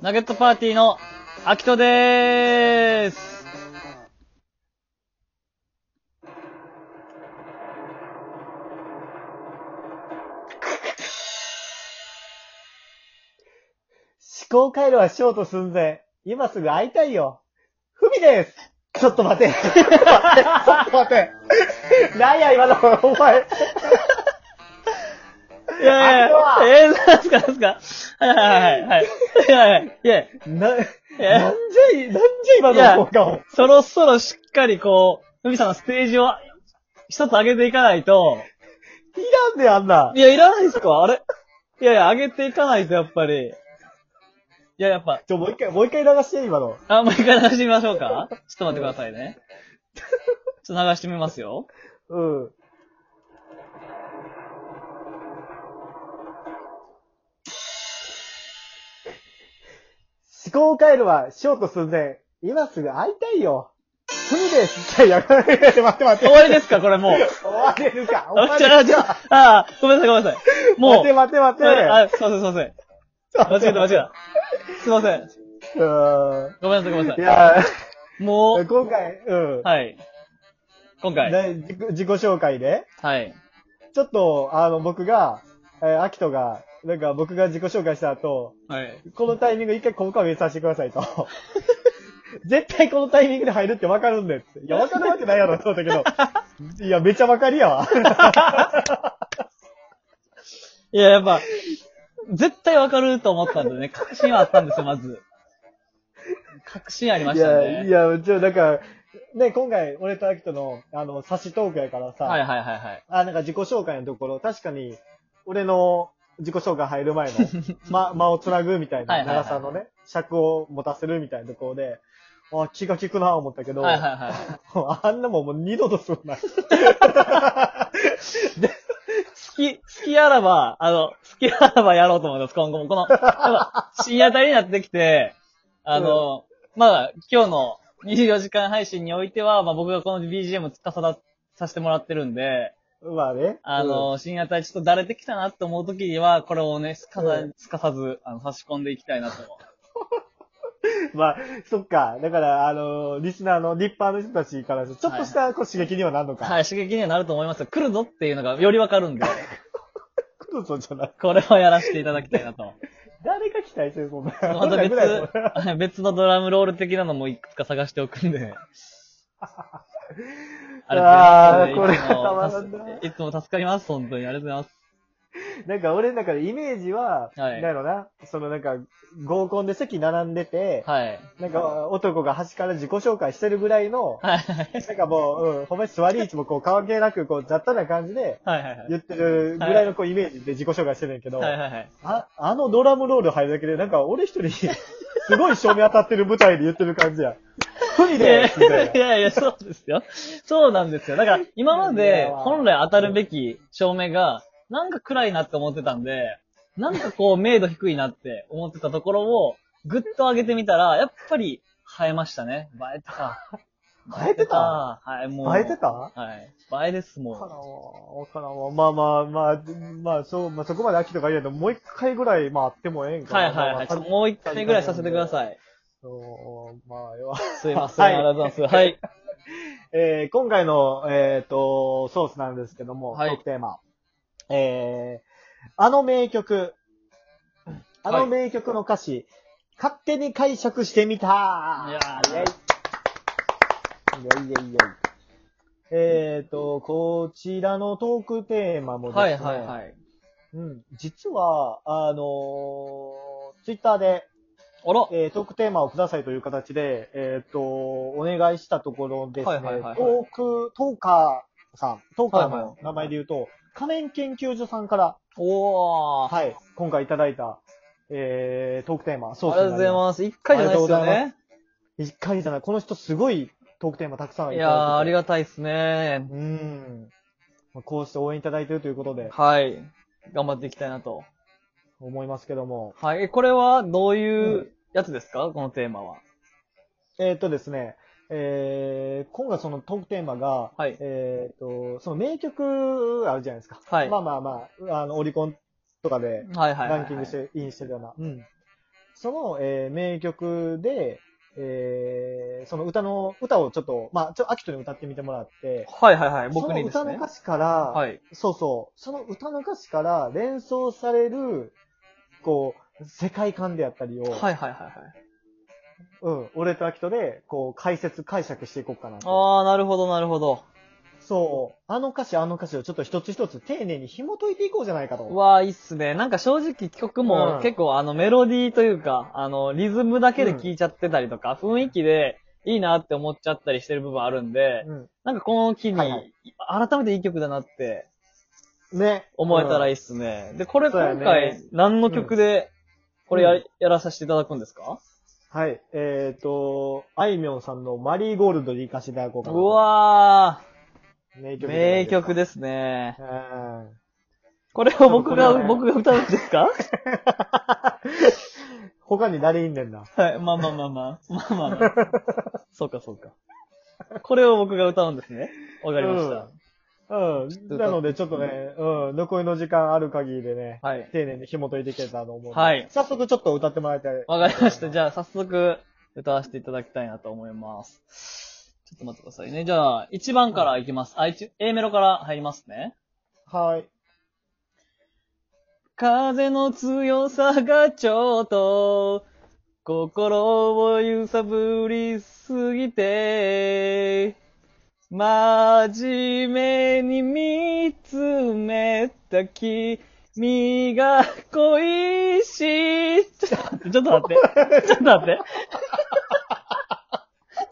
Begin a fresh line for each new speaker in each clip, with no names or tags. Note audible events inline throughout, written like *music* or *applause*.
ナゲットパーティーのアキトでーす。
思考回路はショート寸前。今すぐ会いたいよ。ふみですちょっと待て。ちょっと待て。なんや今の、お前。
いやい
あ
や、えー、なんすかなんすかはいはいはいはい。いやいやい
な、なんじ
や、いや、
ゃい、なんじゃ今の効果を。
そろそろしっかりこう、ふみさんのステージを一つ上げていかないと、
いらんであんな。
いや、いらないですかあれいやいや、上げていかないとやっぱり。いや、やっぱ、
ちょ、もう一回、もう一回流して、今の。
あ、もう一回流してみましょうかちょっと待ってくださいね。ちょっと流してみますよ。
うん。思考回路はショート寸前。今すぐ会いたいよ。ふみです最悪。待って待って。
終わりですかこれもう。
終われるか。
あ、ちょ、あ、ちょ、ああ、ごめんなさい、ごめんなさい。もう。
待て待て待て。
あ、すいません、すいません。間違えた、間違えた。すいません。
うー。
ごめんなさい、ごめんなんさ
いや、
い。もう、
今回、うん。
はい。今回、
ね自己自己紹介で、
はい。
ちょっと、あの、僕が、えー、アキトが、なんか僕が自己紹介した後、
はい。
このタイミング一回ここは見させてくださいと。
*laughs*
絶対このタイミングで入るってわかるんだよって。いや、わかるわけないやろって思ったけ
*laughs*
ど。いや、めちゃわかりやわ。
いや、やっぱ、絶対わかると思ったんで
*laughs*
ね、確信はあったんですよ、まず。確信ありま
い
した
や、い
ね。
や、ちょ、なんか、ね、今回、俺とアキトの、あの、差しトークやからさ、
はいはいはいはい。
あ、なんか自己紹介のところ、確かに、俺の自己紹介入
*laughs*
る前の、ま、間をつなぐみた
は
い
い
な、
はいはい
長さのね、尺を持たせるみたいなところで、あ、気が利くなぁ思ったけど、
はいはいはい。
*laughs* あんなもんもう二度とすんな。
好き、好きあらば、あの、好きあらばやろうと思います、今後も。この、やっぱ深夜帯になってきて、あの、まあ、今日の24時間配信においては、まあ僕がこの BGM を司らさせてもらってるんで、
*laughs* まあね。
あの、深夜帯ちょっとだれてきたなって思う時には、これをね、すかさ
うん
すかさず、あの、差し込んでいきたいなと思
まあ、そっか。だから、あのリスナーの、リッパーの人たちからすると、ちょっとしたこう刺激にはなるの
う。
か。。
はい
*laughs*
い、刺激にはなると思いますよ。来るぞっていうのがよりわかるんで、
来るぞじゃない。
これはやらせていただきたいなと。
誰が期待してる、
*laughs*
*laughs* そんな。
また別
ぐらいの、
別のドラムロール的なのもいくつか探しておくん
*laughs*
で。
あー
りがとうございます
これはたまらんない
つも助かります、本当に。ありがとうございます。
*laughs* なんか、俺の中でイメージ
は
は、ないんやろな。そのなんか、合コンで席並んでて、
はい。
なんか、男が端から自己紹介してるぐらいの、
はいはい
なんかもう、うん、ほんまに座り位置もこう、関係なく、こう、雑多な感じで、
はいはい。
言ってるぐらいのこう、イメージで自己紹介してるんやけど、
はいはいはい。
あ、あのドラムロール入るだけで、なんか俺一人、すごい照明当たってる舞台で言ってる
*laughs*
感じや。不利
いや
で
い
すみたいな。
やいや、そうですよ。そうなんですよ。だから、今まで本来当たるべき照明が、なんか暗いなって思ってたんで、なんかこう、明度低いなって思ってたところを、ぐっと上げてみたら、やっぱり、映えましたね。映えてた。
映えてた
はい、もう。
映えてたわ
はい。映えです、
からん
も
わ。わからんわ。まあまあまあ、まあそう、まあそこまで秋とか言えんの、もう一回ぐらい、まああってもええん
う。
か
は
な。
いはいはい。ち
ま
ょ
あ
っともう一回ぐらいさせてください。
そうまあよ。
すいません、
はい
ありがとうございます。はい。
えー、今回の、えっ、と、ソースなんですけども、
はい
トークテーマ。えー、あの名曲、あの名曲の歌詞、勝手に解釈してみた
いや
イェイいやいやいや。えーと、こちらのトークテーマもですね、
はいはいはい。
うん、実は、あのー、ツイッターで、
あら
えートークテーマをくださいという形で、えっ、と、お願いしたところですね、
はいはいはいはい
トーク、トーカーさん、トーカー
はいは
の名前で言うと、仮面研究所さんから、
おー。
はい、今回いただいた、えー、トークテーマ、
あ
そ
り
う
がとうございます。一回じゃないですよね。
す。一回じゃない、この人すごいトークテーマたくさん
い
いただいてて
やー、ありがたいですね。
うん。まあこうして応援いただいているということで、
はい。頑張っていきたいなと。
思いますけども。
はい。え、これはどういううやつですかこのテーマは。
えーっとですね、えー、今回そのトークテーマが、
はい
えーっと、その名曲あるじゃないですか。
はい
まあまあまあ、あの、オリコンとかで
はいはいはいはい。
ランキングして、インしてるような。うん。その、えー名曲で、えーその歌の、歌をちょっと、まあ、ちょ、アキトに歌ってみてもらって、
はいはいはい、僕にで
そ
す
の歌の
ね。
歌詞から、
はい。
そうそう、その歌の歌詞から連想される、こう、世界観であったりを、
はいはいはいはい。
うん、俺とアキトで、こう、解説、解釈していこうかなと。
あー、なるほどなるほど。
そう。あの歌詞、あの歌詞をちょっと一つ一つ丁寧に紐解いていこうじゃないかと。
うわー、いいっすね。なんか正直曲
う
も
ん
結構あのメロディーというか、あのリズムだけで聴いちゃってたりとか、雰囲気でいいなって思っちゃったりしてる部分あるんで、
う
なんかこの機に、
はいはい
改めていい曲だなって
ん。ね。
思えたらい
い。
いっすね。で、これ
そうや
今
ね
回何の曲でこれや,、
うん
やらさせていただくんですか
はい。えっ、と、あいみょんさんのマリーゴールドで行かせていただこうか
う
な。
わ
名
ー、
曲。
名曲。ですね。
うん。
これを僕が、
ちょっと *laughs* これはね
僕が歌うんです
*laughs*
か
他に誰いんねんな。
はい、まあまあまあまあ。まあまあまあ。
*laughs*
そうかそうか。これを僕が歌うんですね。わかりました。
うん。なので、ちょっとね、うん、残りの時間ある限りでね、
はい。
丁寧に紐解いていけたらと思うので。
はい
早速ちょっと歌ってもらいたい。
わかりました。じゃあ早速歌わせていただきたいなと思います。ちょっと待ってくださいね。じゃあ、1番からいきます。あ、一 A メロから入りますね。
はい。
風の強さがちょっと心を揺さぶりすぎて真面目に見つめた君が恋しいちょっと待って、ちょっと待って。ちょっと待って。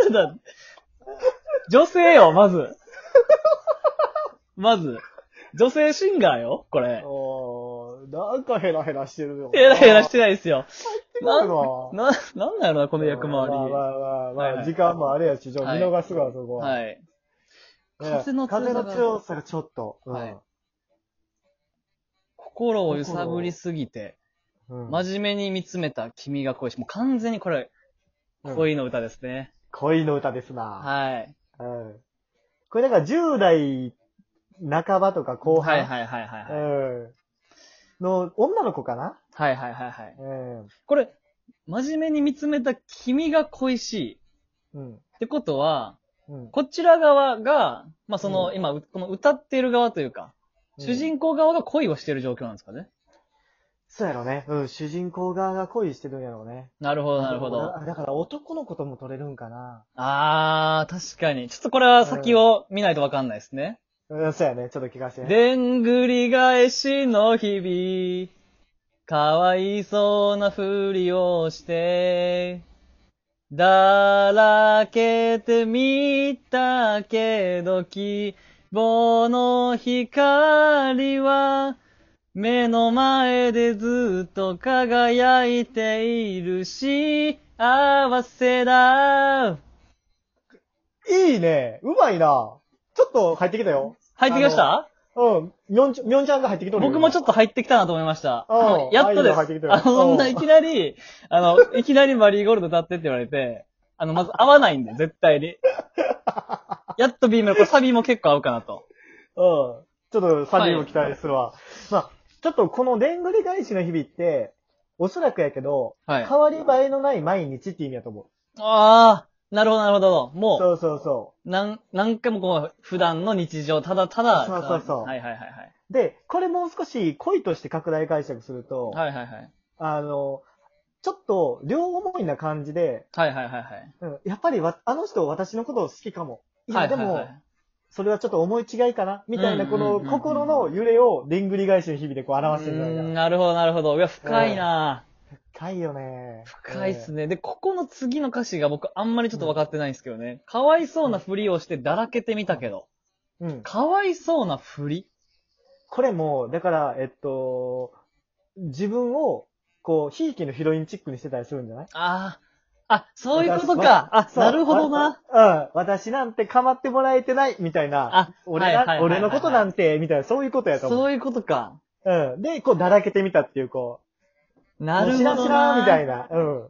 ちょっと待って。女性よ、まず。まず、女性シンガーよ、これ。
おー、なんかヘラヘラしてる
*laughs*
よ。
ヘラヘラしてないですよ。
てくる
な、
なん
な、なんだろうな、この役回り。
まあま
は
あまあまあ、
はいはい
時間もあれやし、ちょっと
は
見
い
逃すわ、そこは。
い。
ね
風の強さが
風の強さがちょっと。うん
はい心を揺さぶりすぎて、
うん
真面目に見つめた君が恋しい。もう完全にこれ、
うん
恋の歌ですね。
恋の歌ですな。
はい。
うんこれだから10代半ばとか後
は
半。
いはいはいはい。はい
うんの女の子かな
はいはいはいはい。
うん。
これ、真面目に見つめた君が恋しい。
うん。
ってことは、
うん
こちら側が、まあ、その、
うん
今、この歌っている側というか、主人公側が恋をしている状況なんですかね。
そうやろね。うん。主人公側が恋してるんやろうね。
なるほど、なるほど。
だだから男の子とも取れるんかな。
あー、確かに。ちょっとこれは先を見ないとわかんないですね。
うん、そうやね。ちょっと聞かせて。
でんぐり返しの日々、かわいそうなふりをして、だらけてみたけど、希望の光は、目の前でずっと輝いている幸せだ。
いいね。うまいな。ちょっと入ってきたよ。
入ってきました
うん。みょんち、みょんちゃんが入ってきとるよ。
僕もちょ
っ
っと入ってきたなと思いました。
うん
あのやっとです。
ア
あ
イドル入ってきたよ
の、そんないきなり、あの、いきなりマリーゴールド歌ってって言われて、あの、まず合わないんで、絶対に。やっと B メロ、これサビも結構合うかなと。
うん。ちょっとサビも期待するわ。まあ、ちょっとこのでんぐり返しの日々って、おそらくやけど、
はい。あ
変わり映えのない毎日って意味だと思う。
あー、なるほど、なるほど。も、
そうそうそう
なん、何回もこう、普段の日常、ただただ。
そうそうそう
はいはいはいはい。
う。で、これもう少し恋として拡大解釈すると、
はいはいはい。
あの、ちょっと両思いな感じで、
はいはいはいはい。
うん、やっぱりわあの人私のことを好きかも。いや、
はい
で
はいは
も、
い。
それはちょっと思い違いかなみたいな、
うん
こ
うんうんう
の
ん
心の揺れをでんぐり返しの日々でこう表してるんじゃな
うー
い
ん
かな。
なるほど、なるほど。いや、深いな
深いよね。
深いっす
ね。
ね。で、ここの次の歌詞が僕あんまりちょっと分かってないんですけどね。かわいそうなふりをしてだらけてみたけど。
うん。
かわいそうなふり
これも、だから、えっと、自分を、こう、ひいきのヒロインチックにしてたりするんじゃない
ああ。あ、そういうことか。あ、
そう
なるほどな。。
わうん。私なんて構ってもらえてない、みたいな。
あ、
俺
はいはいはい
な、
はい
俺のことなんて、みたいな、そういうことやと思う。
そういうことか。
うん。で、こう、だらけてみたっていう、こう。
なるほ
し
ど
ら
な。
しら、みたいな。うん。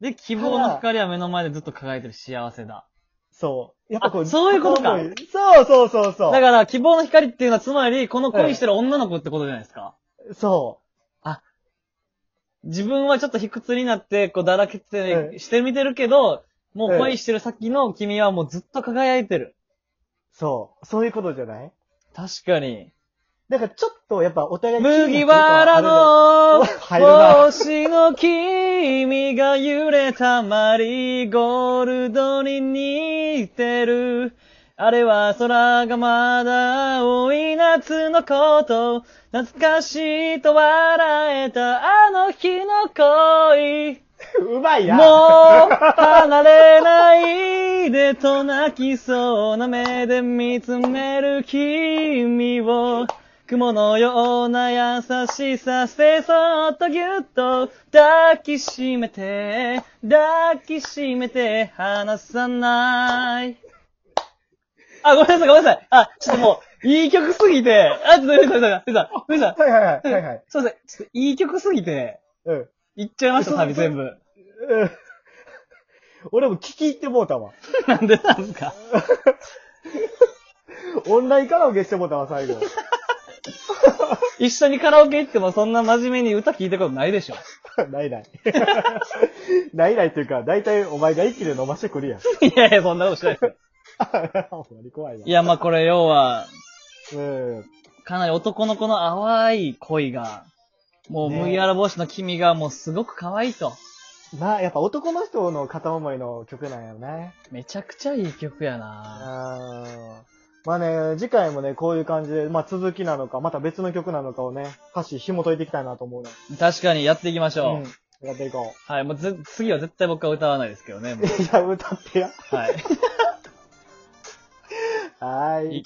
で、希望の光は目の前でずっと輝いてる幸せだ。
そう。やっぱこう、
あそういうことか
片思いそうそうそうそう。
だから、希望の光っていうのはつまり、この恋してる女の子ってことじゃないですか。
そ
あ、自分はちょっと卑屈になって、こう、だらけ
え
て、してみてるけど、も
え
う
え
恋してる先の君はもうずっと輝いてる。
そう。そういうことじゃない
確かに。
だからちょっとやっぱお互いに
麦わら
お
の
*laughs* 入るな
帽子の君が揺れたマリーゴールドに似てる。あれは空がまだ青い夏のこと。懐かしいと笑えたあの日の恋。
うまいな。
もう離れないでと泣きそうな目で見つめる君を雲のような優しさせそっとぎゅっと抱きしめて抱きしめて離さないあ、ごめんなさいごめんなさいあ、ちょっともういい曲すぎてあ、ちょっとごめんなさいごめんなさいごめんなさい
はいはいはい。はいはい。
すいませんちょっといい曲すぎて
うん。
いっちゃいましたサビ全部
うん *laughs* 俺も聞き入ってもうたわ。
なんでなんですか
オンラインカラオケしてもうたわ、最後。 *laughs*
一緒にカラオケ行ってもそんな真面目に歌聞いたことないでしょ。
ないない。 *laughs* ないないっていうか、だいたいお前が息で飲ましてくるやん。
*laughs*
*laughs*
いやいや、そんなことしないですよ。
ほんまに怖い
*laughs*
な。
いや、まあこれ要は、
うん。
かなり男の子の淡い恋が、もう
ねえ
麦わら帽子の君がもうすごく可愛いと。
まあ、やっぱ男の人の片思いの曲なんやろね。
めちゃくちゃいい曲やな
あーまあね、次回もね、こういう感じで、まあ続きなのか、また別の曲なのかをね、歌詞紐解いていきたいなと思うね。
確かにやっていきましょう。
うん。やっていこ
はい、もうぜ次は絶対僕は歌わないですけ
*laughs*
どね。も
う。いや、歌ってや。
うはい。
はいーい。